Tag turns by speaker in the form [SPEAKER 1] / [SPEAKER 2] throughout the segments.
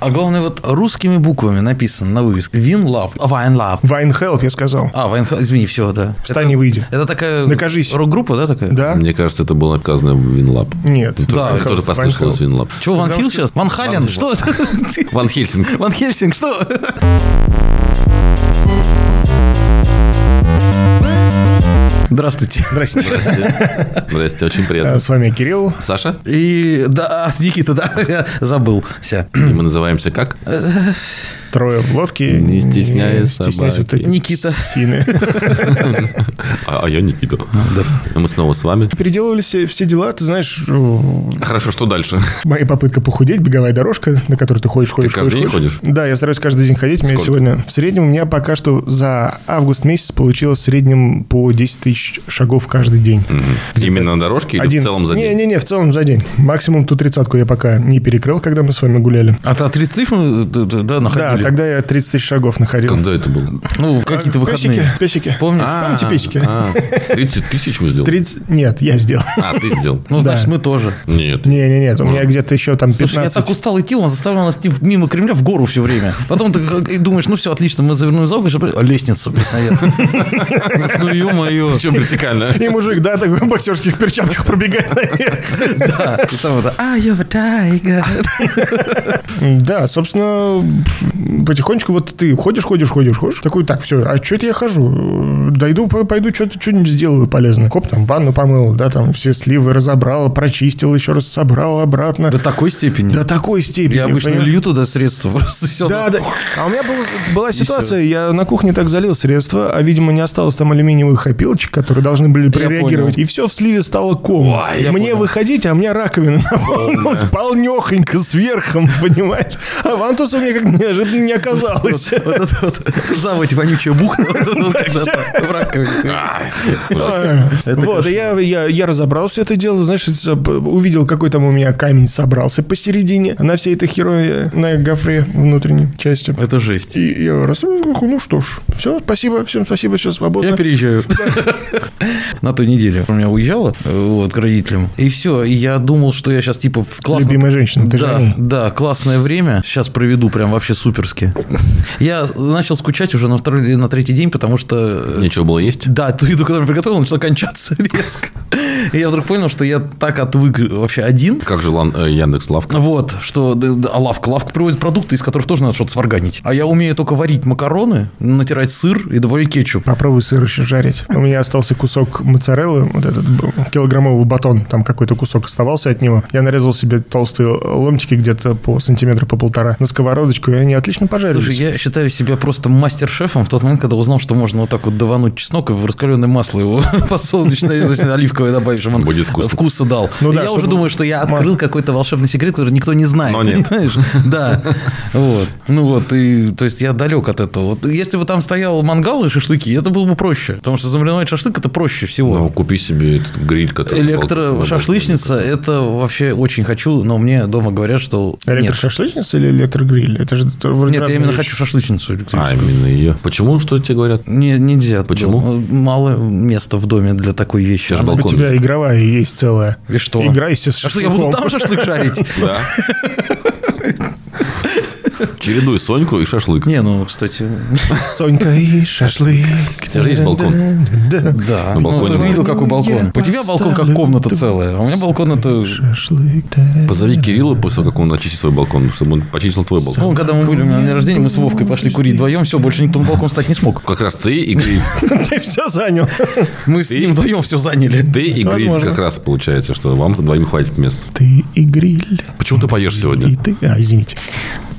[SPEAKER 1] А главное, вот русскими буквами написано на вывеске. Вин Love. Вайн Love.
[SPEAKER 2] Вайн Help, я сказал.
[SPEAKER 1] А, Вайн Извини, все, да.
[SPEAKER 2] Встань и выйди.
[SPEAKER 1] Это такая
[SPEAKER 2] Накажись.
[SPEAKER 1] рок-группа, да, такая?
[SPEAKER 2] Да?
[SPEAKER 3] Мне кажется, это было наказано Винлап.
[SPEAKER 2] Нет.
[SPEAKER 1] Да,
[SPEAKER 3] Тоже,
[SPEAKER 2] Вайн
[SPEAKER 3] тоже
[SPEAKER 2] Help,
[SPEAKER 3] послышалось
[SPEAKER 2] Вайн Help.
[SPEAKER 3] Винлап.
[SPEAKER 1] Чего, Ван
[SPEAKER 2] Потому
[SPEAKER 1] Хил
[SPEAKER 2] что-
[SPEAKER 1] сейчас? Ван Хален? Что это?
[SPEAKER 3] Ван Хельсинг.
[SPEAKER 1] Ван Хельсинг, что? Здравствуйте.
[SPEAKER 2] Здрасте.
[SPEAKER 3] Здрасте. Здрасте, очень
[SPEAKER 2] Э,
[SPEAKER 3] приятно.
[SPEAKER 2] С вами я, Кирилл.
[SPEAKER 3] Саша,
[SPEAKER 1] И да, а, Никита, да, я забылся.
[SPEAKER 3] и мы называемся как?
[SPEAKER 2] Трое в лодке.
[SPEAKER 3] Не стесняясь собаки.
[SPEAKER 2] этой
[SPEAKER 1] Никита.
[SPEAKER 2] псины.
[SPEAKER 3] А, а я Никита. А Мы снова с вами.
[SPEAKER 2] Переделывали все все дела, ты знаешь, э,
[SPEAKER 3] Хорошо, что дальше?
[SPEAKER 2] Моя попытка похудеть, беговая дорожка, на которой ты ходишь, ходишь,
[SPEAKER 3] каждый
[SPEAKER 2] ходишь,
[SPEAKER 3] день
[SPEAKER 2] Да, я стараюсь каждый день ходить. У меня
[SPEAKER 3] Сколько?
[SPEAKER 2] сегодня в среднем у меня пока что за август месяц получилось в среднем по 10 тысяч шагов каждый день.
[SPEAKER 3] Именно на дорожке или в целом за день?
[SPEAKER 2] Не-не-не, в целом за день. Максимум ту тридцатку я пока не перекрыл, когда мы с вами гуляли.
[SPEAKER 1] А то 30 тысяч мы, да, да, да,
[SPEAKER 2] Да, э,
[SPEAKER 1] находили?
[SPEAKER 2] тогда я 30 тысяч шагов находил.
[SPEAKER 3] Когда это было?
[SPEAKER 1] Ну, в какие-то
[SPEAKER 2] Песики,
[SPEAKER 1] выходные.
[SPEAKER 2] песики.
[SPEAKER 1] Помнишь?
[SPEAKER 2] Помните песики?
[SPEAKER 3] А, 30 тысяч мы сделали?
[SPEAKER 2] 30... Нет, я сделал.
[SPEAKER 3] А, ты сделал.
[SPEAKER 1] Ну, значит, мы тоже.
[SPEAKER 3] Нет.
[SPEAKER 2] Не-не-нет, у меня где-то еще там 15.
[SPEAKER 1] Слушай, я так устал идти, он заставлял нас идти мимо Кремля в гору все время. Потом ты как- и думаешь, ну все, отлично, мы завернули за угол, чтобы... А лестница, блядь, наверх. Ну, ё-моё.
[SPEAKER 3] Причем вертикально.
[SPEAKER 2] И мужик, да, такой в боксерских перчатках пробегает наверх.
[SPEAKER 1] Да, и там это... А, я
[SPEAKER 2] Да, собственно, потихонечку вот ты ходишь, ходишь, ходишь, ходишь. Такой, так, все, а что это я хожу? Э, Дойду, по- пойду, что-то что-нибудь сделаю полезное. Коп там ванну помыл, да, там все сливы разобрал, прочистил, еще раз собрал обратно.
[SPEAKER 1] До такой степени.
[SPEAKER 2] До такой степени.
[SPEAKER 1] Я обычно
[SPEAKER 2] понимаешь?
[SPEAKER 1] лью туда средства, просто все.
[SPEAKER 2] Да, да. А у меня был- была ситуация, я на кухне так залил средства, а, видимо, не осталось там алюминиевых опилочек, которые должны были прореагировать. И все в сливе стало ком.
[SPEAKER 1] я
[SPEAKER 2] мне
[SPEAKER 1] понял.
[SPEAKER 2] выходить, а у меня раковина наполнилась полнехонько сверху, понимаешь? А вантуса у меня как неожиданно не оказалось.
[SPEAKER 1] Вот это вот заводь вонючая бухна, вот это вот когда-то в раковине.
[SPEAKER 2] А, Вот, и я, я, я разобрал все это дело, знаешь, это, б- увидел, какой там у меня камень собрался посередине на всей этой херове, на гофре внутренней части.
[SPEAKER 1] Это жесть.
[SPEAKER 2] И я раз, ну, ну что ж, все, спасибо, всем спасибо, все свободно.
[SPEAKER 1] Я переезжаю. На той неделе у меня уезжала э, вот, к родителям. И все. И я думал, что я сейчас типа в классном
[SPEAKER 2] Любимая женщина, ты же о
[SPEAKER 1] да,
[SPEAKER 2] ней.
[SPEAKER 1] да, классное время. Сейчас проведу прям вообще суперски. Я начал скучать уже на второй или на третий день, потому что... э,
[SPEAKER 3] Ничего было есть?
[SPEAKER 1] Да, ту еду, которую я приготовил, начала кончаться резко. И я вдруг понял, что я так отвык вообще один,
[SPEAKER 3] Как же лан- э, Яндекс Лавка?
[SPEAKER 1] вот, что да, да, а лавка. Лавка привозит продукты, из которых тоже надо что-то сварганить. А я умею только варить макароны, натирать сыр и добавить кетчуп.
[SPEAKER 2] Попробуй сыр еще жарить. У меня остался кусок моцареллы, вот этот б- килограммовый батон, там какой-то кусок оставался от него. Я нарезал себе толстые ломтики где-то по сантиметра по полтора на сковородочку, и они отлично пожарились.
[SPEAKER 1] Слушай, я считаю себя просто мастер-шефом в тот момент, когда узнал, что можно вот так вот давануть чеснок и в раскаленное масло его подсолнечное, если оливковое добавишь, чтобы он
[SPEAKER 3] Будет вкусно.
[SPEAKER 1] вкуса дал.
[SPEAKER 2] Ну
[SPEAKER 1] И
[SPEAKER 2] да,
[SPEAKER 1] я
[SPEAKER 2] чтобы-
[SPEAKER 1] уже думаю, что я открыл какой-то волшебный секрет, который никто не знает.
[SPEAKER 3] Но нет.
[SPEAKER 1] Понимаешь? Да. Вот. Ну вот, и то есть я далек от этого. Вот Если бы там стоял мангал и шашлыки, это было бы проще. Потому что замариновать шашлык это проще всего.
[SPEAKER 3] Ну, купи себе этот гриль, который...
[SPEAKER 1] Электрошашлычница – это вообще очень хочу, но мне дома говорят, что нет.
[SPEAKER 2] Электрошашлычница или электрогриль? Это же т- вроде
[SPEAKER 1] Нет, я
[SPEAKER 2] разные
[SPEAKER 1] именно
[SPEAKER 2] вещи.
[SPEAKER 1] хочу шашлычницу электрическую.
[SPEAKER 3] А, именно ее. Почему? Что тебе говорят?
[SPEAKER 1] Не, нельзя.
[SPEAKER 3] Почему?
[SPEAKER 1] дома. Мало места в доме для такой вещи.
[SPEAKER 3] Сейчас
[SPEAKER 1] Она-
[SPEAKER 3] балкон.
[SPEAKER 2] У тебя игровая есть целая.
[SPEAKER 1] И что?
[SPEAKER 2] Игра есть с
[SPEAKER 1] А что, я буду
[SPEAKER 2] шашлыком.
[SPEAKER 1] там шашлык шарить?
[SPEAKER 3] Да. Чередуй Соньку и шашлык.
[SPEAKER 1] Не, ну, кстати,
[SPEAKER 2] Сонька и шашлык. У
[SPEAKER 3] тебя же есть балкон?
[SPEAKER 2] Да.
[SPEAKER 1] да. Ну,
[SPEAKER 3] На балконе
[SPEAKER 1] ты
[SPEAKER 3] можно.
[SPEAKER 1] видел, какой балкон.
[SPEAKER 2] Я
[SPEAKER 1] У тебя балкон как
[SPEAKER 2] поставлю
[SPEAKER 1] комната
[SPEAKER 2] дом.
[SPEAKER 1] целая, а у меня балкон это...
[SPEAKER 2] Шашлык.
[SPEAKER 3] Позови Кирилла после того, как он очистит свой балкон, чтобы он почистил твой балкон.
[SPEAKER 1] Ну, когда мы были на день рождения, мы с Вовкой пошли курить вдвоем, все, больше никто на балкон встать не смог.
[SPEAKER 3] Как раз ты и гриль.
[SPEAKER 2] Ты все занял.
[SPEAKER 1] Мы с ним вдвоем все заняли.
[SPEAKER 3] Ты и гриль
[SPEAKER 2] возможно.
[SPEAKER 3] как раз получается, что вам двоим хватит места.
[SPEAKER 2] Ты и гриль.
[SPEAKER 3] Почему ты поешь
[SPEAKER 2] И
[SPEAKER 3] сегодня?
[SPEAKER 2] ты... А, извините.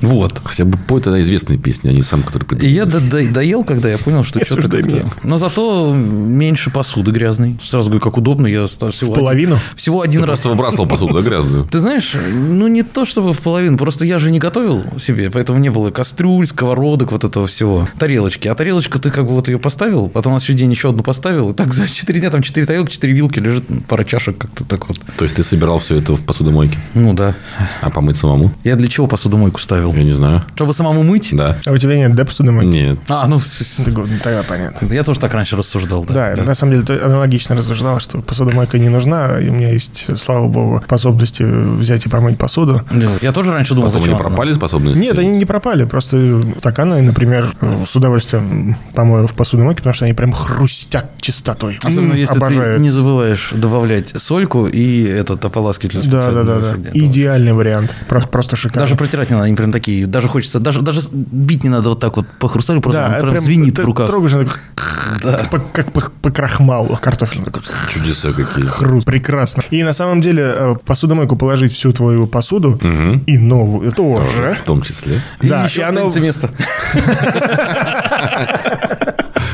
[SPEAKER 1] Вот.
[SPEAKER 3] Хотя бы пой тогда известные песни, а не сам, который
[SPEAKER 1] И
[SPEAKER 3] придумал.
[SPEAKER 1] я до- до- доел, когда я понял, что что-то
[SPEAKER 2] осуждай
[SPEAKER 1] как-то...
[SPEAKER 2] меня.
[SPEAKER 1] Но зато меньше посуды грязной. Сразу говорю, как удобно. Я ста- всего один-
[SPEAKER 2] половину?
[SPEAKER 1] всего один раз.
[SPEAKER 3] Просто выбрасывал посуду, да, грязную.
[SPEAKER 1] Ты знаешь, ну не то чтобы в половину, просто я же не готовил себе, поэтому не было кастрюль, сковородок, вот этого всего, тарелочки. А тарелочка ты как бы вот ее поставил, потом на следующий день еще одну поставил, и так за 4 дня там 4 тарелки, 4 вилки лежит, ну, пара чашек как-то так вот.
[SPEAKER 3] То есть ты собирал все это в посудомойке,
[SPEAKER 1] Ну да.
[SPEAKER 3] а помыть самому?
[SPEAKER 1] Я для чего посудомойку ставил?
[SPEAKER 3] Я не знаю.
[SPEAKER 1] Чтобы самому мыть?
[SPEAKER 3] Да.
[SPEAKER 2] А у тебя нет, да, посудомойки?
[SPEAKER 3] Нет.
[SPEAKER 1] А, ну, с- с-
[SPEAKER 2] Ты го- ну, Тогда понятно.
[SPEAKER 1] я тоже так раньше рассуждал.
[SPEAKER 2] Да,
[SPEAKER 1] Да,
[SPEAKER 2] на самом деле то- аналогично рассуждал, что посудомойка не нужна, и у меня есть, слава богу, способности взять и помыть посуду.
[SPEAKER 1] Да. Ну, Я тоже раньше думал,
[SPEAKER 3] Потом они
[SPEAKER 1] зачем она?
[SPEAKER 3] пропали способности?
[SPEAKER 2] Ну, а Нет, они не пропали, просто стаканы, например, э, с удовольствием помою в посудомойке, потому что они прям хрустят чистотой.
[SPEAKER 1] Особенно
[SPEAKER 2] М,
[SPEAKER 1] если
[SPEAKER 2] обожаю.
[SPEAKER 1] ты не забываешь добавлять сольку и этот ополаскиватель
[SPEAKER 2] Да, да,
[SPEAKER 1] специальный.
[SPEAKER 2] да, да.
[SPEAKER 1] Это
[SPEAKER 2] Идеальный вариант. Просто, просто шикарно.
[SPEAKER 1] Даже протирать не надо, они прям такие. Даже хочется, даже, даже с- бить не надо вот так вот по хрусталю, просто
[SPEAKER 2] Да,
[SPEAKER 1] он
[SPEAKER 2] это
[SPEAKER 1] прям, звенит
[SPEAKER 2] ты
[SPEAKER 1] в руках.
[SPEAKER 2] Трогаешь, она как-
[SPEAKER 1] Да.
[SPEAKER 2] по- как по, по крахмалу. Картофель такой
[SPEAKER 3] Чудеса какие.
[SPEAKER 2] хруст. Прекрасно. И на самом деле э, в посудомойку положить всю твою посуду
[SPEAKER 3] Мгм.
[SPEAKER 2] и новую тоже.
[SPEAKER 3] В том числе.
[SPEAKER 1] И
[SPEAKER 2] Да,
[SPEAKER 1] еще
[SPEAKER 2] и оно-
[SPEAKER 1] останется место.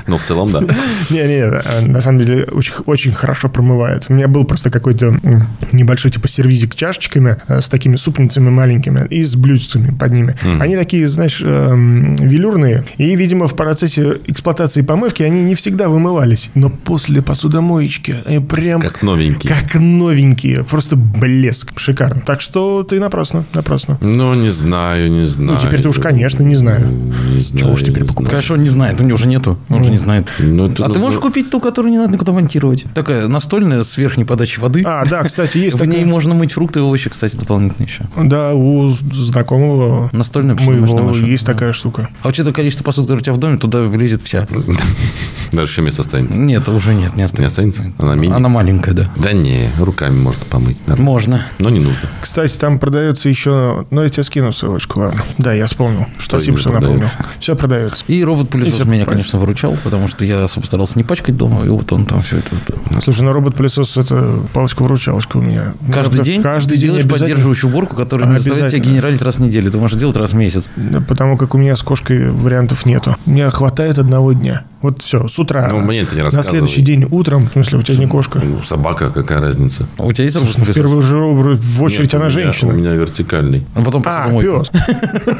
[SPEAKER 3] Но Ну, в целом, да.
[SPEAKER 2] Не-не, э, на самом деле очень, очень хорошо промывает. У меня был просто какой-то м, небольшой типа сервизик чашечками э, с такими супницами маленькими и с блюдцами под ними. Они такие, знаешь, эм, велюрные. И, видимо, в процессе эксплуатации и помывки они не всегда вымывались. Но после посудомоечки они прям...
[SPEAKER 3] Как новенький.
[SPEAKER 2] Как новенькие. Просто блеск. Шикарно. Так что ты напрасно, напрасно.
[SPEAKER 3] Ну, не знаю, не знаю.
[SPEAKER 2] теперь-то уж, конечно, не знаю.
[SPEAKER 3] Не знаю.
[SPEAKER 2] Чего уж
[SPEAKER 3] не
[SPEAKER 2] теперь
[SPEAKER 3] знаю.
[SPEAKER 2] покупать?
[SPEAKER 1] Конечно, он не знает, у него уже нету. Он уже не знает.
[SPEAKER 3] Ну, это
[SPEAKER 1] а ты
[SPEAKER 3] нужно-
[SPEAKER 1] можешь купить ту, которую не надо никуда монтировать. Такая настольная с верхней подачей воды.
[SPEAKER 2] А, да, кстати, есть
[SPEAKER 1] в ней
[SPEAKER 2] такая...
[SPEAKER 1] можно мыть фрукты и овощи, кстати, дополнительно еще.
[SPEAKER 2] Да, у знакомого
[SPEAKER 1] Настольная посудомоечная
[SPEAKER 2] моего
[SPEAKER 1] машина.
[SPEAKER 2] есть такая штука.
[SPEAKER 1] А учитывая количество посуды, которое у тебя в доме, туда влезет вся.
[SPEAKER 3] Даже еще место останется.
[SPEAKER 1] Нет, уже нет, не
[SPEAKER 3] Не
[SPEAKER 1] останется.
[SPEAKER 3] останется? Она мини?
[SPEAKER 1] Она маленькая, да.
[SPEAKER 3] Да не, руками можно помыть. нормально.
[SPEAKER 1] Можно.
[SPEAKER 3] Но не нужно.
[SPEAKER 2] Кстати, там продается еще... Ну, я тебе скину ссылочку, ладно. Да, я вспомнил.
[SPEAKER 3] Что
[SPEAKER 2] Спасибо,
[SPEAKER 3] именно
[SPEAKER 2] что напомнил. Все продается.
[SPEAKER 1] И робот-пылесос
[SPEAKER 2] И всё,
[SPEAKER 1] меня,
[SPEAKER 2] понятно.
[SPEAKER 1] конечно, выручал, потому что я особо старался не пачкать дома, и вот он там все это... вот.
[SPEAKER 2] Слушай, ну робот-пылесос это палочка-выручалочка у меня. Ну,
[SPEAKER 1] Каждый
[SPEAKER 2] это
[SPEAKER 1] день
[SPEAKER 2] каждый
[SPEAKER 1] ты
[SPEAKER 2] день
[SPEAKER 1] делаешь
[SPEAKER 2] обязательно.
[SPEAKER 1] поддерживающую уборку, которая не заставляет тебя
[SPEAKER 2] Обязательно.
[SPEAKER 1] генералить раз в неделю. Ты можешь делать раз в месяц.
[SPEAKER 2] Да, Потому как у меня с кошкой вариантов нету. Мне хватает одного дня. Вот все, с утра.
[SPEAKER 3] Ну, мне это не
[SPEAKER 2] На
[SPEAKER 3] рассказывай.
[SPEAKER 2] следующий день утром, в смысле, у тебя не кошка.
[SPEAKER 3] Ну, собака, какая разница?
[SPEAKER 1] А у тебя есть
[SPEAKER 2] Слушай, ну, в
[SPEAKER 1] робот-пылесос?
[SPEAKER 2] первую же робу- в очередь
[SPEAKER 3] Нет, у
[SPEAKER 2] она
[SPEAKER 3] меня- У
[SPEAKER 2] женщина.
[SPEAKER 3] меня вертикальный.
[SPEAKER 1] А потом
[SPEAKER 2] А,
[SPEAKER 1] посудомойка.
[SPEAKER 2] пес.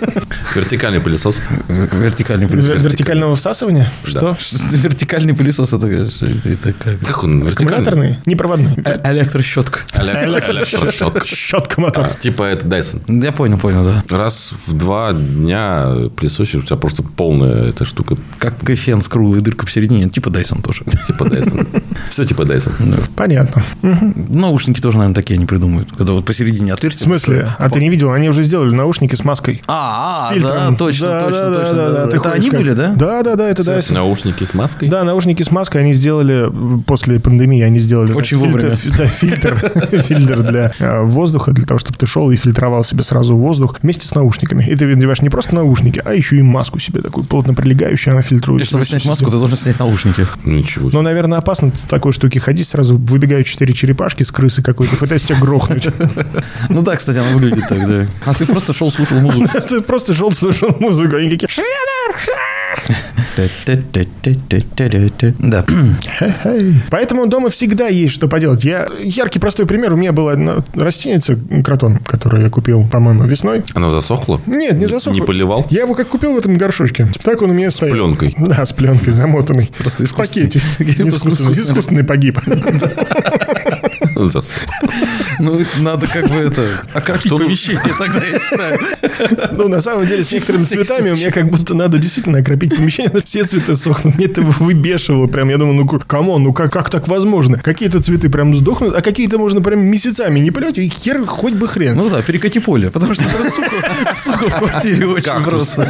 [SPEAKER 3] Вертикальный пылесос.
[SPEAKER 1] Вертикальный
[SPEAKER 2] Вер-
[SPEAKER 1] пылесос.
[SPEAKER 2] Вертикального всасывания? Что?
[SPEAKER 1] Что за Вертикальный пылесос, это, это как...
[SPEAKER 3] Как он? Вертикальный?
[SPEAKER 2] Аккумуляторный? Непроводной.
[SPEAKER 1] Э, Электрощетка.
[SPEAKER 3] Аля- электрошотка.
[SPEAKER 2] Щетка-мотор.
[SPEAKER 3] Типа это Дайсон.
[SPEAKER 1] Я понял, понял, да.
[SPEAKER 3] Раз в два дня пылесосишь, у тебя просто полная эта штука
[SPEAKER 1] Как коэффициент с круглой дыркой посередине. Типа Дайсон тоже.
[SPEAKER 3] типа Дайсон. Все типа Дайсон.
[SPEAKER 1] а, э,
[SPEAKER 2] Понятно.
[SPEAKER 1] Наушники тоже, наверное, такие они придумают. Когда вот посередине
[SPEAKER 2] В
[SPEAKER 1] отверстие.
[SPEAKER 2] смысле? А ты не видел? Они уже сделали наушники с маской.
[SPEAKER 1] А,
[SPEAKER 2] С
[SPEAKER 1] а,
[SPEAKER 2] фильтром.
[SPEAKER 1] да, точно,
[SPEAKER 2] Да,
[SPEAKER 1] точно,
[SPEAKER 2] да, да,
[SPEAKER 1] точно.
[SPEAKER 2] да, да. Ты
[SPEAKER 1] Это
[SPEAKER 2] ходишь
[SPEAKER 1] они
[SPEAKER 2] как-
[SPEAKER 1] были, да?
[SPEAKER 2] Да, да, да, это Dyson.
[SPEAKER 3] Наушники с маской.
[SPEAKER 2] Да, наушники с маской они сделали э, после пандемии, они сделали
[SPEAKER 1] Очень
[SPEAKER 2] фильтр, фи- да, фильтр, фильтр для э, воздуха, для того, чтобы ты шел и фильтровал себе сразу воздух вместе с наушниками. И ты надеваешь не просто наушники, а еще и маску себе такую плотно прилегающую, она фильтрует.
[SPEAKER 1] И чтобы
[SPEAKER 2] всю-
[SPEAKER 1] снять
[SPEAKER 2] всю-
[SPEAKER 1] маску, ты должен снять наушники.
[SPEAKER 3] Ничего
[SPEAKER 2] Ну,
[SPEAKER 3] себе.
[SPEAKER 2] наверное, опасно в такой штуке ходить, сразу выбегают четыре черепашки с крысы какой-то, пытаются тебя грохнуть.
[SPEAKER 1] Ну да, кстати, она выглядит так, да. А ты просто шел, слушал музыку.
[SPEAKER 2] Ты просто шел, слушал музыку, они такие...
[SPEAKER 1] Да.
[SPEAKER 2] «Хе-хей». Поэтому дома всегда есть что поделать. Я яркий простой пример. У меня была одна растеница, кротон, которую я купил, по-моему, весной.
[SPEAKER 3] Оно засохло?
[SPEAKER 2] Нет, не засохло.
[SPEAKER 3] Не поливал?
[SPEAKER 2] Я его как купил в этом горшочке. Так он у меня стоит.
[SPEAKER 3] пленкой.
[SPEAKER 2] Да, с пленкой замотанный.
[SPEAKER 1] Просто
[SPEAKER 2] в пакете.
[SPEAKER 1] искусственный.
[SPEAKER 2] Искусственный,
[SPEAKER 1] Искусственный.
[SPEAKER 2] искусственный погиб.
[SPEAKER 3] Засохло.
[SPEAKER 1] Ну, это надо как бы это... А как что помещение тогда, я не знаю.
[SPEAKER 2] Ну, на самом деле, с некоторыми цветами у меня как будто надо действительно окропить помещение. но Все цветы сохнут. Мне это выбешивало прям. Я думаю, ну, ку- камон, ну как, как так возможно? Какие-то цветы прям сдохнут, а какие-то можно прям месяцами не полять, и хер хоть бы хрен.
[SPEAKER 1] Ну да, перекати поле, потому что прям сухо, сухо в квартире очень
[SPEAKER 3] Кактус.
[SPEAKER 1] просто.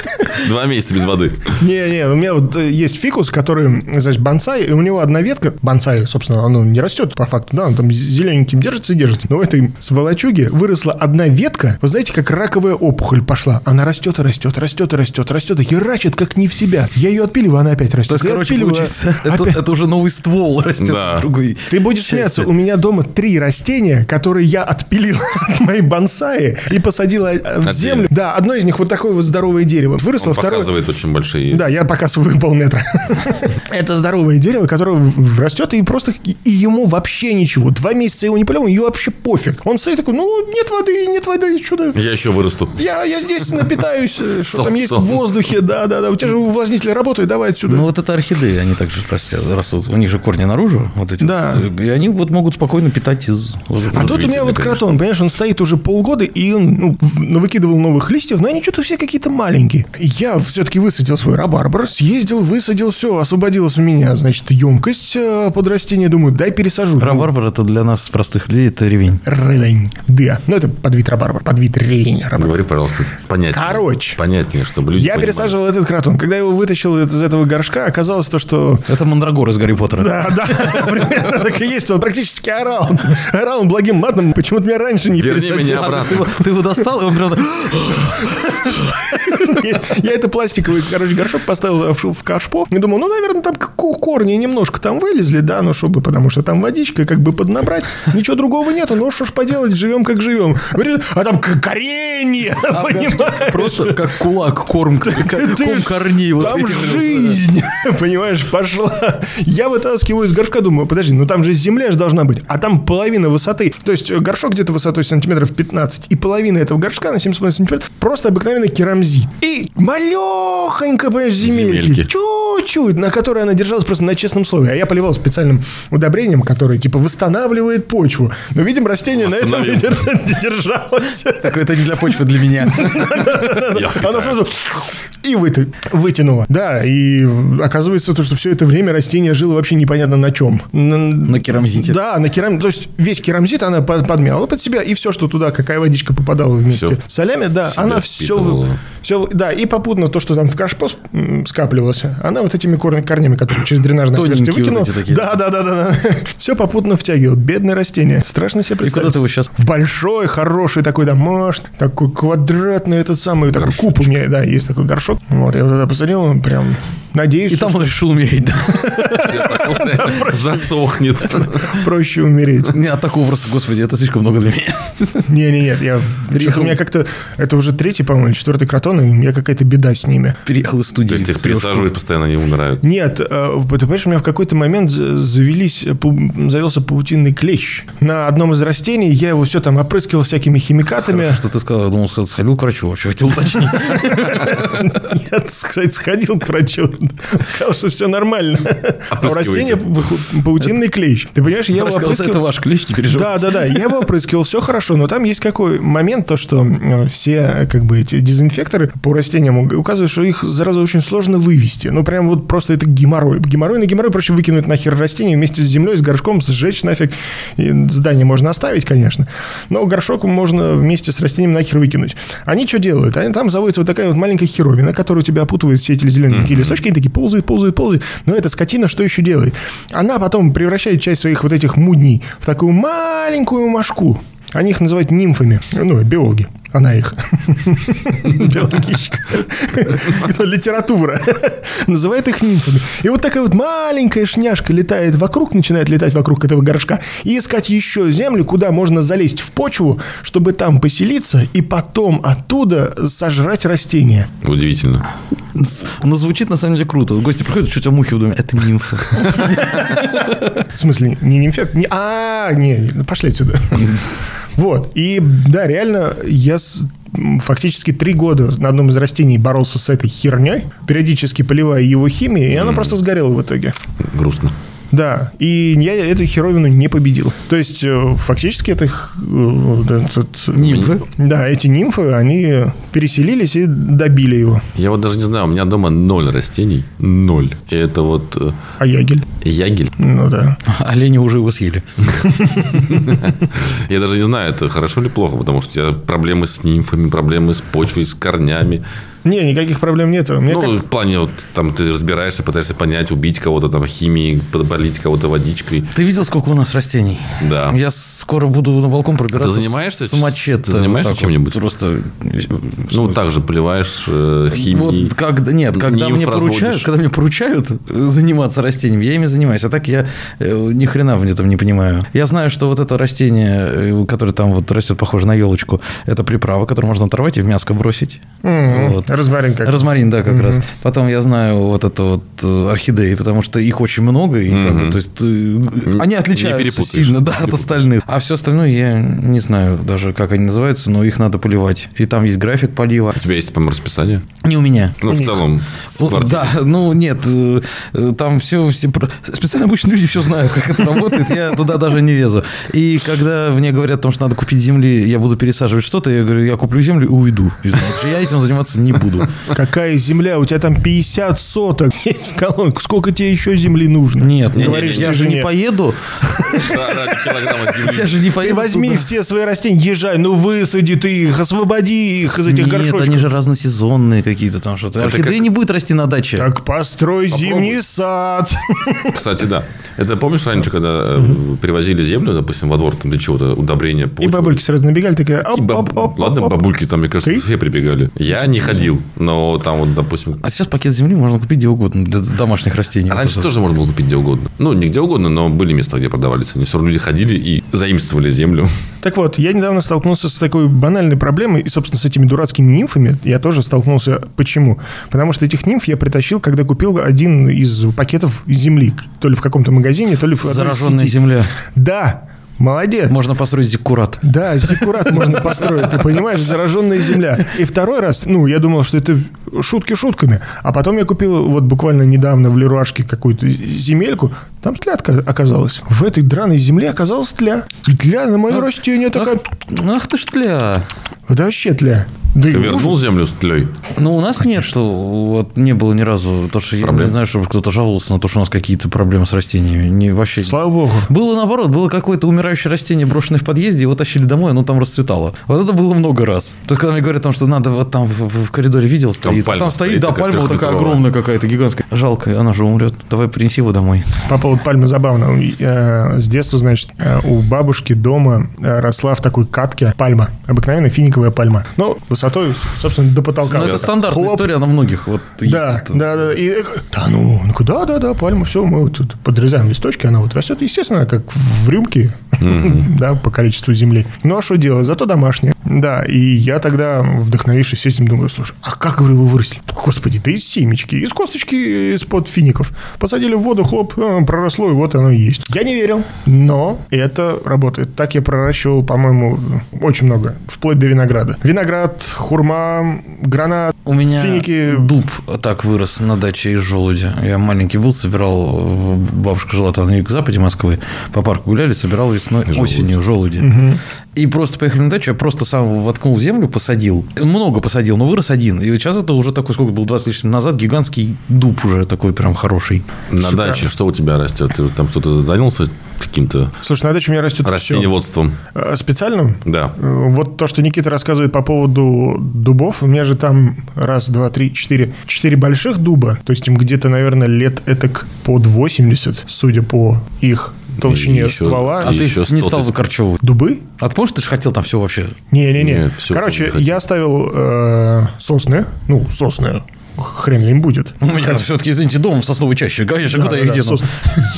[SPEAKER 3] Два месяца без воды.
[SPEAKER 2] Не-не, у меня вот э, есть фикус, который, значит, бонсай, и у него одна ветка, бонсай, собственно, оно не растет по факту, да, он там зелененьким держится и держится, но в этой сволочуге выросла одна ветка, вы знаете, как раковая опухоль пошла, она растет и растет, растет и растет, растет и херачит, как не в себя. Я ее отпиливаю, она опять растет.
[SPEAKER 1] То есть,
[SPEAKER 2] Я
[SPEAKER 1] короче,
[SPEAKER 2] отпиливаю,
[SPEAKER 1] получается, это,
[SPEAKER 2] опять.
[SPEAKER 1] это уже новый ствол растет
[SPEAKER 3] Да.
[SPEAKER 1] с другой.
[SPEAKER 2] Ты будешь смеяться, у меня дома три растения, которые я отпилил от моей бонсаи и посадил э, в
[SPEAKER 3] Отдельно.
[SPEAKER 2] землю. Да, одно из них вот такое вот здоровое дерево. Выросло,
[SPEAKER 3] Он
[SPEAKER 2] второе...
[SPEAKER 3] показывает очень большие...
[SPEAKER 2] Да, я пока свою полметра. Это здоровое дерево, которое в- растет и просто и ему вообще вообще ничего. Два месяца я его не поливал, и вообще пофиг. Он стоит такой, ну, нет воды, нет воды, чудо.
[SPEAKER 3] Я еще вырасту.
[SPEAKER 2] Я, я здесь напитаюсь, э, что
[SPEAKER 3] Сон-
[SPEAKER 2] там есть в
[SPEAKER 3] сон.
[SPEAKER 2] воздухе, да-да-да. У тебя же увлажнители работают, давай отсюда.
[SPEAKER 1] Ну, вот это орхидеи, они также растят, растут. У них же корни наружу, вот эти.
[SPEAKER 2] Да.
[SPEAKER 1] вот. И они вот могут спокойно питать из воздуха.
[SPEAKER 2] А тут у меня
[SPEAKER 3] Удивительно,
[SPEAKER 2] вот
[SPEAKER 3] конечно.
[SPEAKER 2] кротон, понимаешь, он стоит уже полгода, и он ну, в- навыкидывал новых листьев, но они что-то все какие-то маленькие. Я все-таки высадил свой рабарбар, съездил, высадил, все, освободилась у меня, значит, емкость э, под растение, думаю, дай пересажу.
[SPEAKER 1] Рабарбар это для нас, простых людей, это ревень.
[SPEAKER 2] Релень. Да. Ну, это под вид рабарбар, под вид релень рабарбар.
[SPEAKER 3] Говори, пожалуйста, понятнее.
[SPEAKER 2] Короче.
[SPEAKER 3] Понятнее, чтобы Ну, люди
[SPEAKER 2] Я
[SPEAKER 3] понимали.
[SPEAKER 2] пересаживал этот кротон. Когда я его вытащил из из этого горшка, оказалось то, что
[SPEAKER 1] Это мандрагор из Гарри Поттера.
[SPEAKER 2] Да, да, примерно так и есть. Он практически орал. Орал он благим матом. Почему-то меня раньше не
[SPEAKER 3] Верни
[SPEAKER 2] пересадили.
[SPEAKER 3] меня
[SPEAKER 1] А, то есть
[SPEAKER 3] обратно.
[SPEAKER 1] ты, его, ты его достал, и он прям... так,
[SPEAKER 2] Я это пластиковый, короче, горшок поставил э, в, шу- в кашпо. И думал, ну, наверное, там к- корни немножко там вылезли, да, ну, чтобы, потому что там водичка, как бы поднабрать. Ничего другого нету, ну, что ж поделать, живем как живем. Говорит, а там к- коренье,
[SPEAKER 3] А
[SPEAKER 2] понимаешь?
[SPEAKER 1] Просто как кулак, корм, как ком
[SPEAKER 2] Ты ж-
[SPEAKER 1] корней. вот
[SPEAKER 2] там
[SPEAKER 1] этих.
[SPEAKER 2] жизнь, понимаешь, пошла. Я вытаскиваю из горшка, думаю, подожди, ну там же земля же должна быть, а там половина высоты. То есть э, горшок где-то высотой сантиметров 15, и половина этого горшка на 7,5 сантиметров просто обыкновенный керамзит. И малехонько, понимаешь, земельки,
[SPEAKER 3] Земельки.
[SPEAKER 2] чуть-чуть, на которой она держалась просто на честном слове. А я поливал специальным удобрением, которое типа восстанавливает почву. Но, видимо, растение на этом не дер- не держалось.
[SPEAKER 1] Такое это не для почвы, для меня.
[SPEAKER 3] Я
[SPEAKER 2] Она сразу и выты- вытянула. Да, и оказывается, то, что все это время растение жило вообще непонятно на чем.
[SPEAKER 1] На керамзите.
[SPEAKER 2] Да, на керамзит. То есть весь керамзит она под- подмяла под себя, и все, что туда, какая водичка попадала вместе
[SPEAKER 3] Всё
[SPEAKER 2] с солями, да,
[SPEAKER 3] себя
[SPEAKER 2] она все,
[SPEAKER 3] впитывала.
[SPEAKER 2] все... Да, и попутно то, что там в кашпо с- м, скапливалось, она вот этими корни- корнями, которые через дренажное
[SPEAKER 1] Тоненькие вот
[SPEAKER 2] отверстие выкинула.
[SPEAKER 1] эти такие.
[SPEAKER 2] Да, да, да, да. Все попутно втягивал. Бедное растение. Страшно себе
[SPEAKER 1] И
[SPEAKER 2] представить.
[SPEAKER 1] куда ты его сейчас...
[SPEAKER 2] В большой, хороший такой домашний, такой квадратный этот самый, такой куб у меня, да, есть такой горшок. Вот, я вот туда посадил, он прям, надеюсь,
[SPEAKER 1] И там он решил умереть, да?
[SPEAKER 3] перепутал. Засохнет.
[SPEAKER 2] что проще умереть.
[SPEAKER 1] Не, от такого просто, господи, это слишком много для меня.
[SPEAKER 2] не не нет, я приехал, у меня как-то, это уже третий, по-моему, четвертый кротон, и у меня какая-то беда с ними.
[SPEAKER 1] Переехал из студии.
[SPEAKER 3] То есть их
[SPEAKER 1] в трёшку.
[SPEAKER 3] пересаживают постоянно, они умирают.
[SPEAKER 2] Нет, э, ты понимаешь, у меня в какой-то момент за- завелись, э, пу- завелся паутинный клещ. На одном из растений я его все там опрыскивал всякими химикатами.
[SPEAKER 1] Хорошо, что ты сказал, я думал, что сходил к врачу вообще, хотел уточнить.
[SPEAKER 2] Я, кстати, сходил к врачу, сказал, что все нормально. А у растения пау- паутинный клещ. Ты понимаешь, я его
[SPEAKER 1] Врач сказал, это
[SPEAKER 2] опрыскивал...
[SPEAKER 1] ваш клещ, не переживай.
[SPEAKER 2] Да, да, да, я его опрыскивал, все хорошо, но там есть какой момент, то, что э, все, как бы, эти дезинфекторы по растениям уг- указывают, что их, заразу, очень сложно вывести. Ну, прям вот просто это геморрой. Геморрой на геморрой проще выкинуть нахер растение вместе с землей, с горшком, сжечь нафиг. И здание можно оставить, конечно, но горшок можно вместе с растением нахер выкинуть. Они что делают? Они там заводится вот такая вот маленькая херовина, которая у тебя опутывает все эти зелененькие листочки, и такие ползают, ползают, ползают. Но эта скотина что еще делает? Она потом превращает часть своих вот этих мудней в такую маленькую мошку. Они их называют нимфами. Ну, биологи. Она их. Биологичка. Это литература. Называет их нимфами. И вот такая вот маленькая шняшка летает вокруг, начинает летать вокруг этого горшка и искать еще землю, куда можно залезть в почву, чтобы там поселиться и потом оттуда сожрать растения.
[SPEAKER 3] Удивительно.
[SPEAKER 1] Ну, звучит на самом деле круто. Гости приходят, что у тебя мухи в доме? Это нимфа.
[SPEAKER 2] В смысле, не нимфет? Не, а, не, пошли отсюда. Вот. И да, реально, я с- м, фактически три года на одном из растений боролся с этой херней, периодически поливая его химией, и она просто сгорела в итоге.
[SPEAKER 3] Грустно.
[SPEAKER 2] Да, и я эту херовину не победил. То есть, э, фактически, это... х- э, вот этот-
[SPEAKER 1] Нимфы.
[SPEAKER 2] Да, эти нимфы, они переселились и добили его.
[SPEAKER 3] Я вот даже не знаю, у меня дома ноль растений. Ноль. И это вот э,
[SPEAKER 2] А ягель?
[SPEAKER 3] ягель.
[SPEAKER 2] Ну да.
[SPEAKER 1] Олени уже его съели.
[SPEAKER 3] Я даже не знаю, это хорошо или плохо, потому что у тебя проблемы с нимфами, проблемы с почвой, с корнями.
[SPEAKER 2] Не, никаких проблем нет. Мне
[SPEAKER 3] ну,
[SPEAKER 2] как-
[SPEAKER 3] в плане, вот там ты разбираешься, пытаешься понять, убить кого-то там химией, подболить кого-то водичкой.
[SPEAKER 1] Ты видел, сколько у нас растений?
[SPEAKER 3] Да.
[SPEAKER 1] Я скоро буду на балкон пробираться.
[SPEAKER 3] А ты занимаешься
[SPEAKER 1] С мачете.
[SPEAKER 3] Ты занимаешься
[SPEAKER 1] вот так
[SPEAKER 3] чем-нибудь?
[SPEAKER 1] вот. Просто...
[SPEAKER 3] Ну, так же поливаешь э, химией.
[SPEAKER 1] Вот когда, нет, когда
[SPEAKER 3] Нимф
[SPEAKER 1] мне
[SPEAKER 3] разводишь.
[SPEAKER 1] поручают, когда мне поручают заниматься растениями, я ими занимаюсь. А так я э, ни хрена в этом не понимаю. Я знаю, что вот это растение, э, которое там вот растет, похоже на елочку, это приправа, которую можно оторвать и в мяско бросить.
[SPEAKER 2] М,
[SPEAKER 1] Вот.
[SPEAKER 2] Розмарин как.
[SPEAKER 1] Розмарин, да, как раз. Потом я знаю вот это вот э, орхидеи, потому что их очень много, и как бы, то есть э, они отличаются
[SPEAKER 3] перепутаешь,
[SPEAKER 1] сильно,
[SPEAKER 3] не
[SPEAKER 1] да, от
[SPEAKER 3] перепутаешь.
[SPEAKER 1] остальных. А все остальное я не знаю даже, как они называются, но их надо поливать. И там есть график полива.
[SPEAKER 3] У тебя есть, по-моему, расписание?
[SPEAKER 1] Не у меня.
[SPEAKER 3] Ну, в целом. в
[SPEAKER 1] Ну,
[SPEAKER 3] квартире.
[SPEAKER 1] Да, ну нет, э, э, там все, все про- специально обычные люди все знают, как это работает, я туда даже не лезу. И когда мне говорят о том, что надо купить земли, я буду пересаживать что-то, я говорю, я куплю землю и уйду. из дома, потому что Я этим заниматься не буду.
[SPEAKER 2] Какая земля? У тебя там 50 соток есть в колонке. Сколько тебе еще земли нужно?
[SPEAKER 1] Нет, нет,
[SPEAKER 2] Говоришь
[SPEAKER 1] я
[SPEAKER 2] ты
[SPEAKER 1] же не
[SPEAKER 2] жене.
[SPEAKER 1] поеду,
[SPEAKER 3] Да, ради килограмма земли.
[SPEAKER 1] я же не поеду.
[SPEAKER 2] Ты возьми
[SPEAKER 1] туда.
[SPEAKER 2] все свои растения, езжай, ну высади ты их, освободи их из этих
[SPEAKER 1] Нет,
[SPEAKER 2] горшочков.
[SPEAKER 1] они же разносезонные какие-то там что-то.
[SPEAKER 3] Это
[SPEAKER 1] Орхидеи
[SPEAKER 3] как-
[SPEAKER 1] не будет расти на даче.
[SPEAKER 2] Так построй зимний сад.
[SPEAKER 3] Кстати, да. Это помнишь раньше, когда э, в- привозили землю, допустим, во двор там для чего-то, удобрения,
[SPEAKER 2] И
[SPEAKER 3] почвы?
[SPEAKER 2] бабульки сразу набегали, такая,
[SPEAKER 3] И баб-
[SPEAKER 2] оп-оп-оп.
[SPEAKER 3] Ладно, бабульки там, мне кажется,
[SPEAKER 2] Ты?
[SPEAKER 3] все прибегали. Я не ходил, но там вот, допустим...
[SPEAKER 1] А сейчас пакет земли можно купить где угодно для домашних растений.
[SPEAKER 3] А
[SPEAKER 1] Вот
[SPEAKER 3] раньше
[SPEAKER 1] это.
[SPEAKER 3] тоже можно было купить где угодно. Ну, не где угодно, но были места, где продавались. Они все равно люди ходили и заимствовали землю.
[SPEAKER 2] Так вот, я недавно столкнулся с такой банальной проблемой, и, собственно, с этими дурацкими нимфами я тоже столкнулся. Почему? Потому что этих нимф я притащил, когда купил один из пакетов земли, то ли в каком-то магазине, то ли в одной
[SPEAKER 1] Зараженная
[SPEAKER 2] сети.
[SPEAKER 1] земля.
[SPEAKER 2] Да, молодец.
[SPEAKER 1] Можно построить зиккурат.
[SPEAKER 2] Да, зиккурат можно построить, ты понимаешь, зараженная земля. И второй раз, ну, я думал, что это шутки шутками. А потом я купил вот буквально недавно в Леруашке какую-то земельку, там тля отка- оказалась. В этой драной земле оказалась тля. И тля на мое растение такая...
[SPEAKER 1] Ах, ах ты ж тля.
[SPEAKER 2] Да вообще тля. Да и
[SPEAKER 3] Ты
[SPEAKER 2] ужас.
[SPEAKER 3] вернул землю с тлей?
[SPEAKER 1] Ну, у нас нет, что вот не было ни разу. То, что я
[SPEAKER 3] Проблем?
[SPEAKER 1] не знаю, чтобы кто-то жаловался на то, что у нас какие-то проблемы с растениями. Не, вообще.
[SPEAKER 2] Слава богу.
[SPEAKER 1] Было наоборот, было какое-то умирающее растение, брошенное в подъезде, его тащили домой, оно там расцветало. Вот это было много раз. То есть, когда мне говорят, там, что надо, вот там в, в- в коридоре видел, стоит. а
[SPEAKER 3] пальма
[SPEAKER 1] там стоит,
[SPEAKER 3] стоит
[SPEAKER 1] да,
[SPEAKER 3] такая
[SPEAKER 1] пальма вот такая
[SPEAKER 3] трехметровая.
[SPEAKER 1] огромная какая-то, гигантская. Жалко, она же умрет. Давай принеси его домой.
[SPEAKER 2] По поводу пальмы забавно. Э, С детства, значит, э, у бабушки дома э, росла в такой катке пальма. Обыкновенная финиковая пальма. Ну, высотой, собственно, до потолка.
[SPEAKER 1] Ну,
[SPEAKER 2] Вот
[SPEAKER 1] это
[SPEAKER 2] так.
[SPEAKER 1] стандартная
[SPEAKER 2] Хлоп,
[SPEAKER 1] история, она многих. Вот есть
[SPEAKER 2] Да,
[SPEAKER 1] это.
[SPEAKER 2] да, да. И, э, да ну, ну куда, да, да, пальма, все, мы вот тут подрезаем листочки, она вот растет, естественно, как в рюмке, да, по количеству земли. Ну, а что делать, зато домашняя. Да, и я тогда, вдохновившись этим, думаю, слушай, а как вы его выросли? Господи, да из семечки, из косточки из-под фиников. Посадили в воду, хлоп, э, проросло, и вот оно и есть. Я не верил, но это работает. Так я проращивал, по-моему, очень много, вплоть до винограда. Виноград, хурма, гранат,
[SPEAKER 1] У меня
[SPEAKER 2] Финики-
[SPEAKER 1] дуб так вырос на даче из желудя. Я маленький был, собирал, э, бабушка жила там на юго-западе Москвы, по парку гуляли, собирал весной, осенью желуди. И просто поехали на дачу, я просто сам воткнул в землю, посадил. Много посадил, но вырос один. И вот сейчас это уже такой, сколько был, 20 лет назад, гигантский дуб уже такой прям хороший.
[SPEAKER 3] На даче что у тебя растет? Ты там что-то занялся каким-то
[SPEAKER 2] Слушай, на даче у меня растет все.
[SPEAKER 3] растениеводством?
[SPEAKER 2] Специально?
[SPEAKER 3] Да.
[SPEAKER 2] Э, Вот то, что Никита рассказывает по поводу дубов. У меня же там раз, два, три, четыре. Четыре больших дуба. То есть им где-то, наверное, лет этак под 80, судя по их толщине
[SPEAKER 3] И еще-
[SPEAKER 2] ствола.
[SPEAKER 1] А
[SPEAKER 3] И
[SPEAKER 1] ты
[SPEAKER 3] еще
[SPEAKER 1] не
[SPEAKER 3] сто
[SPEAKER 1] стал
[SPEAKER 3] тысяч.
[SPEAKER 1] закорчевывать.
[SPEAKER 2] Дубы?
[SPEAKER 1] А ты помнишь, ты же хотел там все вообще?
[SPEAKER 2] Не-не-не.
[SPEAKER 3] Нет, всё
[SPEAKER 2] Короче,
[SPEAKER 3] помню, хотел.
[SPEAKER 2] я ставил э, сосны. Ну, сосны. Хрен ли им будет.
[SPEAKER 1] У меня все-таки, извините, дом в сосновой чаще. Конечно,
[SPEAKER 2] Да,
[SPEAKER 1] куда я
[SPEAKER 2] да,
[SPEAKER 1] а их
[SPEAKER 2] да,
[SPEAKER 1] дену?
[SPEAKER 2] сосны.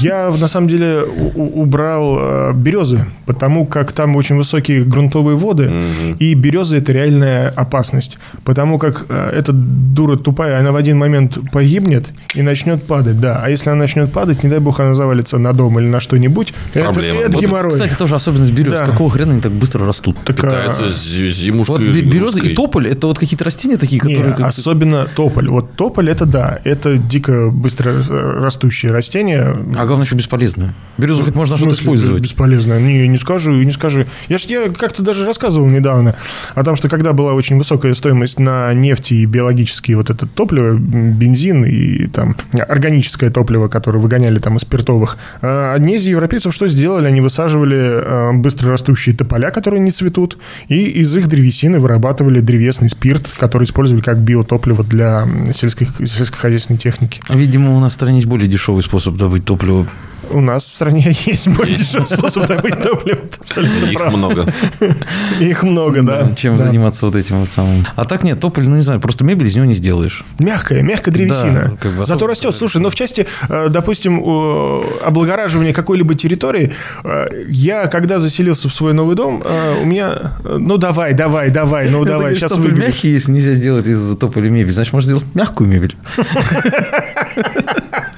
[SPEAKER 2] Я на самом деле у- у- убрал э, березы, потому как там очень высокие грунтовые воды, и березы это реальная опасность. Потому как э, эта дура тупая, она в один момент погибнет и начнет падать, да. А если она начнет падать, не дай бог, она завалится на дом или на что-нибудь. Это,
[SPEAKER 3] Проблема.
[SPEAKER 2] это
[SPEAKER 3] Вот,
[SPEAKER 2] геморрой.
[SPEAKER 1] Кстати, тоже особенность берез.
[SPEAKER 2] Да.
[SPEAKER 1] Какого хрена они так быстро растут?
[SPEAKER 2] Так, а,
[SPEAKER 3] Питается зи- зимушкой.
[SPEAKER 1] Вот бе- береза
[SPEAKER 3] русской.
[SPEAKER 1] и тополь это вот какие-то растения такие,
[SPEAKER 2] Не, а
[SPEAKER 1] которые как-то-
[SPEAKER 2] особенно тополь. Вот тополь это да, это дико быстро э, растущее растение.
[SPEAKER 1] А главное, еще бесполезные. Березу хоть можно
[SPEAKER 2] Ну, В
[SPEAKER 1] что-то
[SPEAKER 2] смысле, бес-
[SPEAKER 1] использовать.
[SPEAKER 2] Бесполезно. Не, не скажу, и не скажи. Я ж я как-то даже рассказывал недавно о том, что когда была очень высокая стоимость на нефть и биологические вот это топливо, м, бензин и там органическое топливо, которое выгоняли там из спиртовых, э, одни из европейцев что сделали? Они высаживали быстро растущие тополя, которые не цветут, и из их древесины вырабатывали древесный спирт, который использовали как биотопливо для м, сельской- сельскохозяйственной техники.
[SPEAKER 1] Видимо, у нас в стране есть более дешевый способ добыть топливо.
[SPEAKER 2] У нас в стране есть более дешевый способ добыть топливо. Ты Абсолютно
[SPEAKER 3] Их
[SPEAKER 2] прав.
[SPEAKER 3] много.
[SPEAKER 2] Их много, да.
[SPEAKER 1] Чем
[SPEAKER 2] Да.
[SPEAKER 1] заниматься вот этим вот самым. А так нет, тополь, ну не знаю, просто мебель из него не сделаешь.
[SPEAKER 2] Мягкая, мягкая
[SPEAKER 1] Да,
[SPEAKER 2] древесина.
[SPEAKER 1] как бы
[SPEAKER 2] Зато растет. Слушай, но в части, э, допустим, о- облагораживания какой-либо территории, э, я когда заселился в свой новый дом, э, у меня... э, Ну давай, давай, давай, ну давай, сейчас
[SPEAKER 1] тополь
[SPEAKER 2] выгоришь.
[SPEAKER 1] мягкий, если нельзя сделать из тополя мебель, значит, можно сделать мягкую мебель.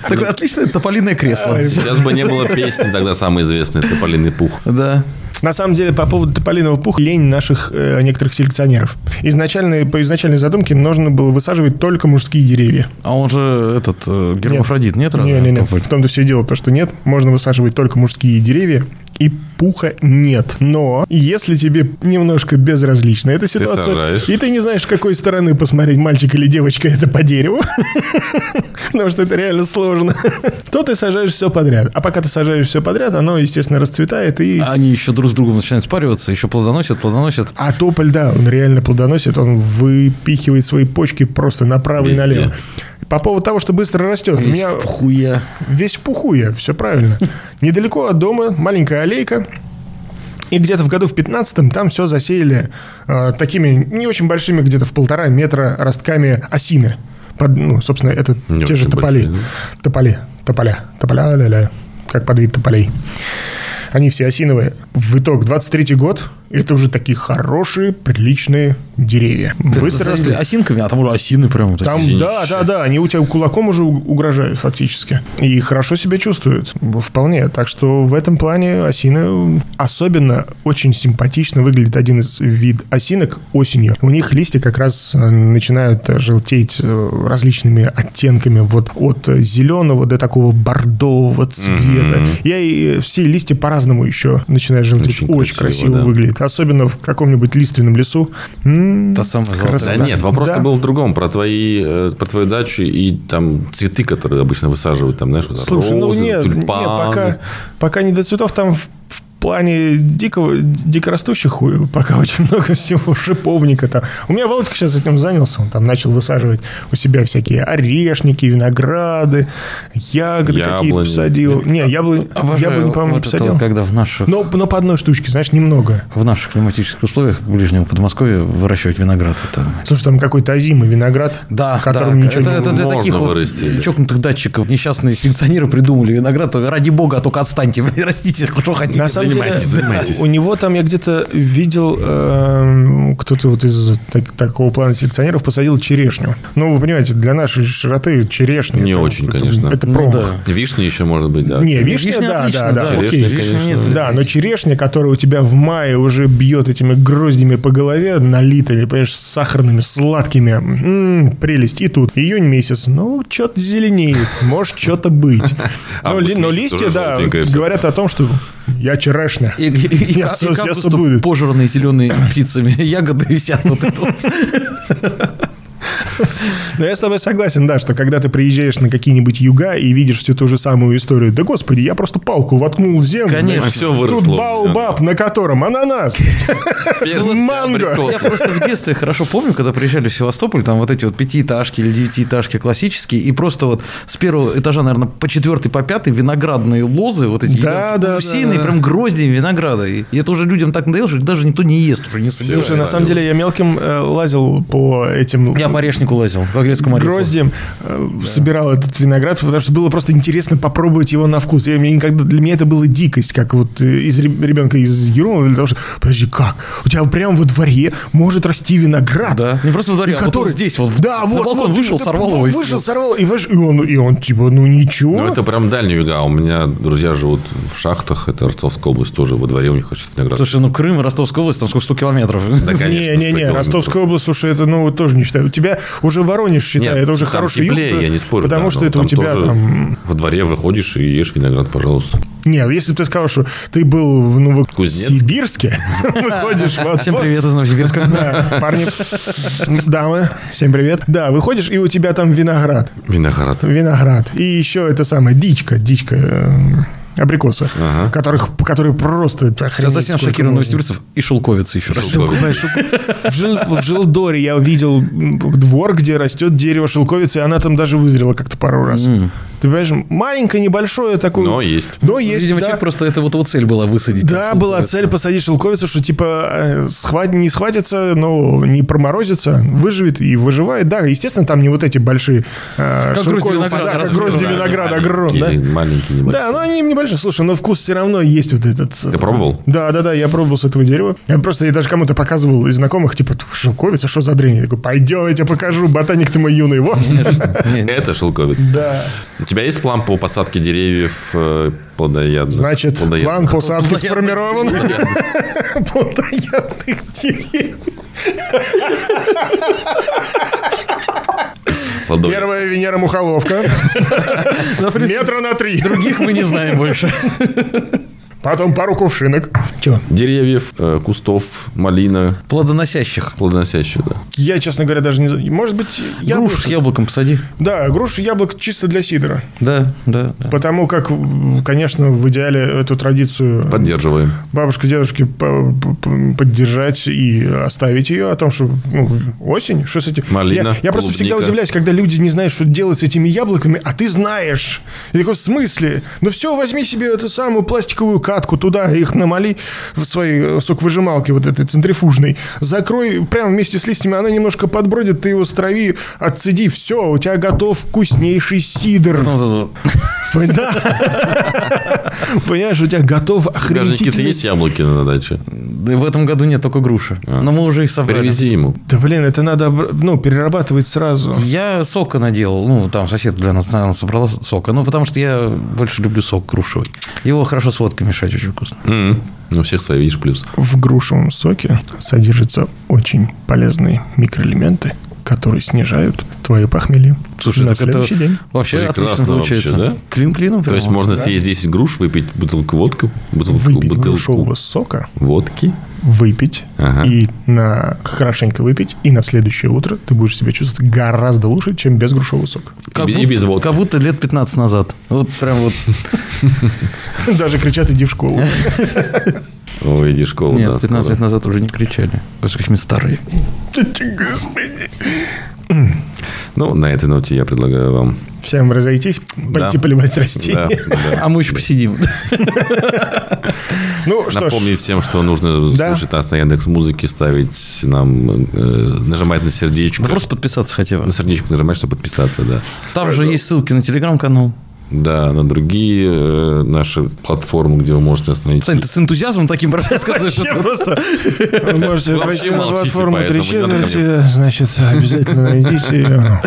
[SPEAKER 1] Такое отличное тополиное кресло.
[SPEAKER 3] Сейчас бы не было песни тогда самой известной «Тополиный пух».
[SPEAKER 1] Да.
[SPEAKER 2] На самом деле, по поводу тополиного пуха, лень наших э, некоторых селекционеров. Изначально, по изначальной задумке нужно было высаживать только мужские деревья.
[SPEAKER 1] А он же этот э, гермафродит, нет, разве?
[SPEAKER 2] Не-не-не,
[SPEAKER 1] Тополь?
[SPEAKER 2] в том-то все и дело, то что нет, можно высаживать только мужские деревья, и пуха нет. Но если тебе немножко безразлична эта ситуация,
[SPEAKER 3] сажаешь.
[SPEAKER 2] и ты не знаешь, с какой стороны посмотреть, мальчик или девочка это по дереву, потому что это реально сложно, то ты сажаешь все подряд. А пока ты сажаешь все подряд, оно, естественно, расцветает и...
[SPEAKER 1] Они еще друг с другом начинают спариваться, еще плодоносят, плодоносят.
[SPEAKER 2] А тополь, да, он реально плодоносит, он выпихивает свои почки просто направо и
[SPEAKER 3] Везде.
[SPEAKER 2] налево. По поводу того, что быстро растет, у меня
[SPEAKER 1] Хуя.
[SPEAKER 2] весь в пуху я, все правильно. Недалеко от дома маленькая аллейка, и где-то в году в 15-м там все засеяли э, такими не очень большими, где-то в полтора метра ростками осины. Под- ну, собственно, это
[SPEAKER 3] Не
[SPEAKER 2] те же
[SPEAKER 3] очень
[SPEAKER 2] тополи.
[SPEAKER 3] большие,
[SPEAKER 2] Тополи, тополя, тополя, ля-ля, как под вид тополей. Они все осиновые. В итог, 23-й год, это уже такие хорошие, приличные деревья. Быстро растут.
[SPEAKER 1] Осинками, а там уже осины прям. вот эти.
[SPEAKER 2] Там, да, да, да, они у тебя кулаком уже у- угрожают фактически. И хорошо себя чувствуют. Вполне. Так что в этом плане осины особенно очень симпатично выглядит один из вид осинок осенью. У них листья как раз э, начинают э, желтеть э, различными оттенками. Вот от зеленого до такого бордового цвета. Я и э, все листья по-разному еще начинают желтеть. Очень,
[SPEAKER 3] Очень
[SPEAKER 2] красиво,
[SPEAKER 3] красиво, да.
[SPEAKER 2] выглядит. Особенно в каком-нибудь лиственном лесу. М,
[SPEAKER 1] Та самая
[SPEAKER 3] Да
[SPEAKER 1] золотая.
[SPEAKER 3] нет, вопрос
[SPEAKER 2] Да.
[SPEAKER 3] был в другом, про твои, э, про твою дачу и там цветы, которые обычно высаживают, там, знаешь, вот
[SPEAKER 2] Слушай,
[SPEAKER 3] розы,
[SPEAKER 2] ну нет, нет,
[SPEAKER 3] тюльпаны.
[SPEAKER 2] пока, пока не до цветов, там в, в плане дикого, дикорастущих у- пока очень много всего, шиповника там. У меня Володька сейчас этим занялся, он там начал высаживать у себя всякие орешники, винограды, ягоды какие-то
[SPEAKER 3] Яблони.
[SPEAKER 2] садил. Не, яблонь,
[SPEAKER 1] Обожаю
[SPEAKER 2] яблонь по-моему,
[SPEAKER 1] вот это
[SPEAKER 2] посадил.
[SPEAKER 1] вот, когда в наших,
[SPEAKER 2] Но, но по одной штучке, знаешь, немного.
[SPEAKER 1] в наших климатических условиях ближнего Подмосковья выращивать виноград. Это...
[SPEAKER 2] Слушай, там какой-то озимый виноград,
[SPEAKER 1] Да,
[SPEAKER 2] которым
[SPEAKER 1] да,
[SPEAKER 2] ничего
[SPEAKER 1] это,
[SPEAKER 2] не
[SPEAKER 1] это для
[SPEAKER 3] Можно
[SPEAKER 1] таких вот
[SPEAKER 3] вырастить.
[SPEAKER 1] чокнутых датчиков. Несчастные селекционеры придумали виноград. Ради бога, а только отстаньте, блин, растите, что хотите.
[SPEAKER 2] На самом деле,
[SPEAKER 3] занимайтесь, занимайтесь.
[SPEAKER 2] у него там я где-то видел, эм, кто-то вот из так- такого плана селекционеров посадил черешню. Ну, вы понимаете, для нашей широты черешня.
[SPEAKER 3] Не
[SPEAKER 2] это-
[SPEAKER 3] очень,
[SPEAKER 2] это-
[SPEAKER 3] конечно.
[SPEAKER 2] Это
[SPEAKER 1] Ну
[SPEAKER 2] промах.
[SPEAKER 1] да.
[SPEAKER 3] Вишни еще, может быть, да.
[SPEAKER 2] Не, вишня, да,
[SPEAKER 1] отлично,
[SPEAKER 2] да, да,
[SPEAKER 3] Черешня,
[SPEAKER 2] окей.
[SPEAKER 3] конечно,
[SPEAKER 1] Вишня нет,
[SPEAKER 3] да.
[SPEAKER 2] Да, ну, но черешня, которая у тебя в мае уже бьет этими гроздями по голове, налитыми, понимаешь, сахарными, сладкими. М, прелесть. И тут июнь месяц. Ну, что-то зеленеет. Может, что-то быть. Но,
[SPEAKER 3] Август
[SPEAKER 2] ли- но
[SPEAKER 3] месяц
[SPEAKER 2] листья,
[SPEAKER 3] А уже
[SPEAKER 2] да,
[SPEAKER 3] желтенькое всё.
[SPEAKER 2] говорят о том, что я черешня.
[SPEAKER 1] И, и- и- и
[SPEAKER 2] Я сейчас
[SPEAKER 1] кактус,
[SPEAKER 2] буду.
[SPEAKER 1] пожранные зеленые птицами ягоды висят вот это вот.
[SPEAKER 2] Но я с тобой согласен, да, что когда ты приезжаешь на какие-нибудь юга и видишь всю ту же самую историю, да господи, я просто палку воткнул в землю.
[SPEAKER 1] Конечно.
[SPEAKER 3] А
[SPEAKER 2] блядь.
[SPEAKER 3] все
[SPEAKER 2] Тут
[SPEAKER 3] выросло.
[SPEAKER 2] баобаб, на котором ананас.
[SPEAKER 3] Перс,
[SPEAKER 2] манго.
[SPEAKER 1] Я
[SPEAKER 3] абрикос.
[SPEAKER 1] просто в детстве хорошо помню, когда приезжали в Севастополь, там вот эти вот пятиэтажки или девятиэтажки классические, и просто вот с первого этажа, наверное, по четвертый, по пятый виноградные лозы, вот эти
[SPEAKER 2] Да,
[SPEAKER 1] гигантские,
[SPEAKER 2] да, да,
[SPEAKER 1] усеянные
[SPEAKER 2] да.
[SPEAKER 1] прям гроздями винограда. И это уже людям так надоело, что их даже никто не ест, уже не собирает.
[SPEAKER 2] Слушай, на самом деле я мелким э, лазил по этим
[SPEAKER 1] Я типа. по орешнику лазил, по грецкому ореку.
[SPEAKER 2] гроздям, э, собирал этот виноград, потому что было просто интересно попробовать его на вкус. Я, мне никогда, для меня это была дикость, как вот э, из ре- ребенка из Юрмала, для того, что, подожди, как? У тебя прямо во дворе может расти виноград.
[SPEAKER 1] Да. Не просто во дворе,
[SPEAKER 2] И
[SPEAKER 1] а вот он здесь, вот
[SPEAKER 2] да,
[SPEAKER 1] на
[SPEAKER 2] вот,
[SPEAKER 1] балкон
[SPEAKER 2] вот,
[SPEAKER 1] вышел,
[SPEAKER 2] ты-
[SPEAKER 1] сорвал
[SPEAKER 2] вот
[SPEAKER 1] его и
[SPEAKER 2] Вышел,
[SPEAKER 1] съел.
[SPEAKER 2] сорвал, и, понимаешь, и он, и он типа, ну ничего.
[SPEAKER 3] Ну, это прям дальние юга. У меня друзья живут в шахтах. Это Ростовская область тоже. Во дворе у них очень виноград.
[SPEAKER 1] Слушай, ну Крым, и Ростовская область, там сколько, 100 километров.
[SPEAKER 3] Да, конечно,
[SPEAKER 2] не, не, не,
[SPEAKER 3] 100
[SPEAKER 2] Ростовская область, слушай, это ну тоже не считаю. У тебя уже Воронеж считает,
[SPEAKER 3] Нет,
[SPEAKER 2] это уже
[SPEAKER 3] там
[SPEAKER 2] хороший юг,
[SPEAKER 3] теплее, я не спорю.
[SPEAKER 2] потому
[SPEAKER 3] да,
[SPEAKER 2] что
[SPEAKER 3] но
[SPEAKER 2] это у
[SPEAKER 3] там
[SPEAKER 2] тебя
[SPEAKER 3] тоже
[SPEAKER 2] там.
[SPEAKER 3] Во дворе выходишь и ешь виноград, пожалуйста.
[SPEAKER 2] Нет, ну, если бы ты сказал, что ты был в
[SPEAKER 3] Кузнецк.
[SPEAKER 2] Новосибирске, выходишь в
[SPEAKER 1] Всем
[SPEAKER 2] отпуск,
[SPEAKER 1] привет из Новосибирска.
[SPEAKER 2] Да, парни, дамы, всем привет. Да, выходишь, и у тебя там виноград.
[SPEAKER 3] Виноград.
[SPEAKER 2] Виноград. И еще это самое, дичка, дичка, э, абрикосы, которых, которые просто
[SPEAKER 1] Сейчас
[SPEAKER 2] охренеть
[SPEAKER 1] совсем
[SPEAKER 2] сколько
[SPEAKER 1] шокирован
[SPEAKER 2] можно.
[SPEAKER 1] новосибирцев и шелковица еще раз.
[SPEAKER 3] Шелковица.
[SPEAKER 2] Знаешь, В, Жил- в Жилдоре я видел м, двор, где растет дерево шелковицы, и она там даже вызрела как-то пару раз. Ты понимаешь, маленькое, небольшое такое...
[SPEAKER 3] Но есть.
[SPEAKER 2] Но есть,
[SPEAKER 1] Видимо,
[SPEAKER 2] да.
[SPEAKER 1] человек просто это вот его цель была высадить.
[SPEAKER 2] Да, была цель посадить шелковицу, что типа э, схват- не схватится, но не проморозится, выживет и выживает. Да, естественно, там не вот эти большие э,
[SPEAKER 1] Как грозди
[SPEAKER 2] шелковицы,
[SPEAKER 1] винограда,
[SPEAKER 2] да, как
[SPEAKER 1] размером,
[SPEAKER 2] грозди
[SPEAKER 1] да,
[SPEAKER 2] винограда
[SPEAKER 3] маленькие,
[SPEAKER 2] огромные, да.
[SPEAKER 3] Маленькие, небольшие.
[SPEAKER 2] Да, но они небольшие. Слушай, но вкус все равно есть вот этот. э,
[SPEAKER 3] Ты пробовал?
[SPEAKER 2] Да, да, да, я пробовал с этого дерева. Я просто я даже кому-то показывал из знакомых, типа, «Тьфу, шелковица, что за дрянь? Я такой, пойдем, я тебе покажу, ботаник ты мой юный, вот.
[SPEAKER 1] Нет,
[SPEAKER 3] Это шелковиц.
[SPEAKER 2] Да.
[SPEAKER 3] У тебя есть план по посадке деревьев э, плодоядных?
[SPEAKER 2] Значит,
[SPEAKER 3] Плодоядных.
[SPEAKER 2] план посадки
[SPEAKER 1] Плодоядных.
[SPEAKER 2] сформирован. Плодоядных деревьев.
[SPEAKER 3] Плодо-
[SPEAKER 2] Первая Венера Мухоловка.
[SPEAKER 1] Ну, в принципе,
[SPEAKER 2] Метра на три.
[SPEAKER 1] Других мы не знаем больше.
[SPEAKER 2] Потом пару кувшинок. Че?
[SPEAKER 3] Деревьев, э, кустов, малина,
[SPEAKER 1] Плодоносящих.
[SPEAKER 3] плодоносящих, да.
[SPEAKER 2] Я, честно говоря, даже не... за- Может быть,
[SPEAKER 1] Грушу с
[SPEAKER 2] яблоко...
[SPEAKER 1] яблоком посади.
[SPEAKER 2] Да, груши, яблок чисто для сидора.
[SPEAKER 1] Да, да, да.
[SPEAKER 2] Потому как, м, конечно, в идеале эту традицию
[SPEAKER 3] Поддерживаем.
[SPEAKER 2] бабушка, дедушки по- по- по- поддержать и оставить ее о том, что ну, осень, что с этим.
[SPEAKER 3] Малина,
[SPEAKER 2] я, я просто
[SPEAKER 3] клубника.
[SPEAKER 2] всегда удивляюсь, когда люди не знают, что делать с этими яблоками, а ты знаешь. Я такой, в смысле? Ну все, возьми себе эту самую пластиковую катку туда, их намали в своей э, соковыжималке вот этой центрифужной, закрой прямо вместе с листьями, она немножко подбродит, ты его страви, отцеди, все, у тебя готов вкуснейший сидр.
[SPEAKER 1] Ну, вот это вот.
[SPEAKER 2] Пон- Да. Понимаешь, у тебя готов
[SPEAKER 3] Каждый
[SPEAKER 2] охренительный...
[SPEAKER 3] есть яблоки на даче.
[SPEAKER 1] Да и В этом году нет только груши. Но мы уже их собрали.
[SPEAKER 3] А. Привези ему.
[SPEAKER 2] Да блин, это надо обра- ну, перерабатывать сразу.
[SPEAKER 1] Я сока наделал. Ну, там соседка для нас, наверное, собрала сока. Ну, потому что я больше люблю сок грушевый. Его хорошо с водкой мешать, очень вкусно.
[SPEAKER 3] М. Ну, всех свои, видишь, плюс.
[SPEAKER 2] В грушевом соке содержатся очень полезные микроэлементы, которые снижают твое похмелье.
[SPEAKER 1] Слушай,
[SPEAKER 2] на
[SPEAKER 1] так это
[SPEAKER 2] следующий день.
[SPEAKER 1] Вообще
[SPEAKER 3] Прекрасно
[SPEAKER 1] отлично получается.
[SPEAKER 3] вообще, да?
[SPEAKER 1] Клин клином
[SPEAKER 3] То
[SPEAKER 1] прямо.
[SPEAKER 3] есть можно съесть 10 груш, выпить бутылку водку, бутылку,
[SPEAKER 2] Выпить
[SPEAKER 3] бутылку А?
[SPEAKER 2] грушевого сока,
[SPEAKER 3] водки.
[SPEAKER 2] выпить
[SPEAKER 3] Ага.
[SPEAKER 2] и на хорошенько выпить, и на следующее утро ты будешь себя чувствовать гораздо лучше, чем без грушевого сока.
[SPEAKER 1] Как
[SPEAKER 3] и
[SPEAKER 1] будто,
[SPEAKER 3] без водки.
[SPEAKER 1] Как будто лет 15 назад. Вот прям вот.
[SPEAKER 2] Даже кричат «иди в школу».
[SPEAKER 3] Ой, иди в школу, да,
[SPEAKER 1] Нет, 15 лет
[SPEAKER 3] скоро.
[SPEAKER 1] назад уже не кричали. Потому что мы старые.
[SPEAKER 3] Ну, на этой ноте я предлагаю вам.
[SPEAKER 2] Всем разойтись, пойти
[SPEAKER 3] Да.
[SPEAKER 2] поливать растения.
[SPEAKER 3] Да, да.
[SPEAKER 1] А мы еще посидим.
[SPEAKER 2] Ну что ж,
[SPEAKER 3] Напомню всем, что нужно
[SPEAKER 2] Да.
[SPEAKER 3] слушать нас на Яндекс Музыке, ставить нам, э, нажимать на сердечко.
[SPEAKER 1] Да просто подписаться хотя бы.
[SPEAKER 3] На сердечко нажимать, чтобы подписаться, да.
[SPEAKER 1] Там же есть ссылки на телеграм-канал.
[SPEAKER 3] Да, на другие э, наши платформы, где вы можете остановить.
[SPEAKER 1] Сань, ты с энтузиазмом таким рассказываешь.
[SPEAKER 2] Вообще просто. Вы можете
[SPEAKER 3] Вообще
[SPEAKER 2] пройти на
[SPEAKER 3] молчите,
[SPEAKER 2] платформу
[SPEAKER 3] поэтому
[SPEAKER 2] три
[SPEAKER 3] не надо ко
[SPEAKER 2] четверти, значит, обязательно найдите ее.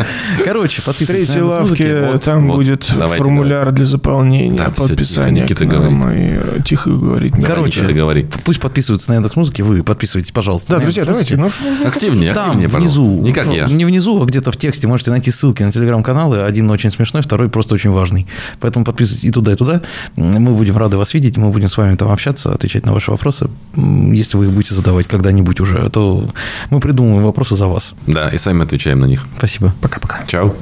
[SPEAKER 1] Короче,
[SPEAKER 2] В
[SPEAKER 1] подписывайтесь
[SPEAKER 2] третьей
[SPEAKER 1] на
[SPEAKER 2] лавке
[SPEAKER 1] «Яндекс.Музыке».
[SPEAKER 3] вот,
[SPEAKER 2] э, там
[SPEAKER 3] вот,
[SPEAKER 2] будет
[SPEAKER 3] давайте,
[SPEAKER 2] формуляр для заполнения
[SPEAKER 3] Там всё
[SPEAKER 2] подписания.
[SPEAKER 3] Никита
[SPEAKER 2] к нам,
[SPEAKER 3] говорит.
[SPEAKER 2] и, э, тихо говорить не надо.
[SPEAKER 1] Короче,
[SPEAKER 3] Никита говорит.
[SPEAKER 1] Пусть подписываются на Яндекс.Музыке, вы подписывайтесь, пожалуйста.
[SPEAKER 2] Да,
[SPEAKER 1] на
[SPEAKER 2] друзья,
[SPEAKER 1] Яндекс.Музыке.
[SPEAKER 2] давайте. Ну, что-
[SPEAKER 3] Активнее,
[SPEAKER 1] Там,
[SPEAKER 3] активнее, пожалуйста.
[SPEAKER 1] внизу.
[SPEAKER 3] Не как я.
[SPEAKER 1] Не внизу, а где-то в тексте можете найти ссылки на телеграм-каналы. Один очень смешной, второй просто очень важный. Поэтому подписывайтесь и туда, и туда. Мы будем рады вас видеть, мы будем с вами там общаться, отвечать на ваши вопросы. М, Если вы их будете задавать когда-нибудь уже, то мы придумываем вопросы за вас.
[SPEAKER 3] Да, и сами отвечаем на них.
[SPEAKER 1] Спасибо.
[SPEAKER 2] Пока-пока.
[SPEAKER 3] Чао.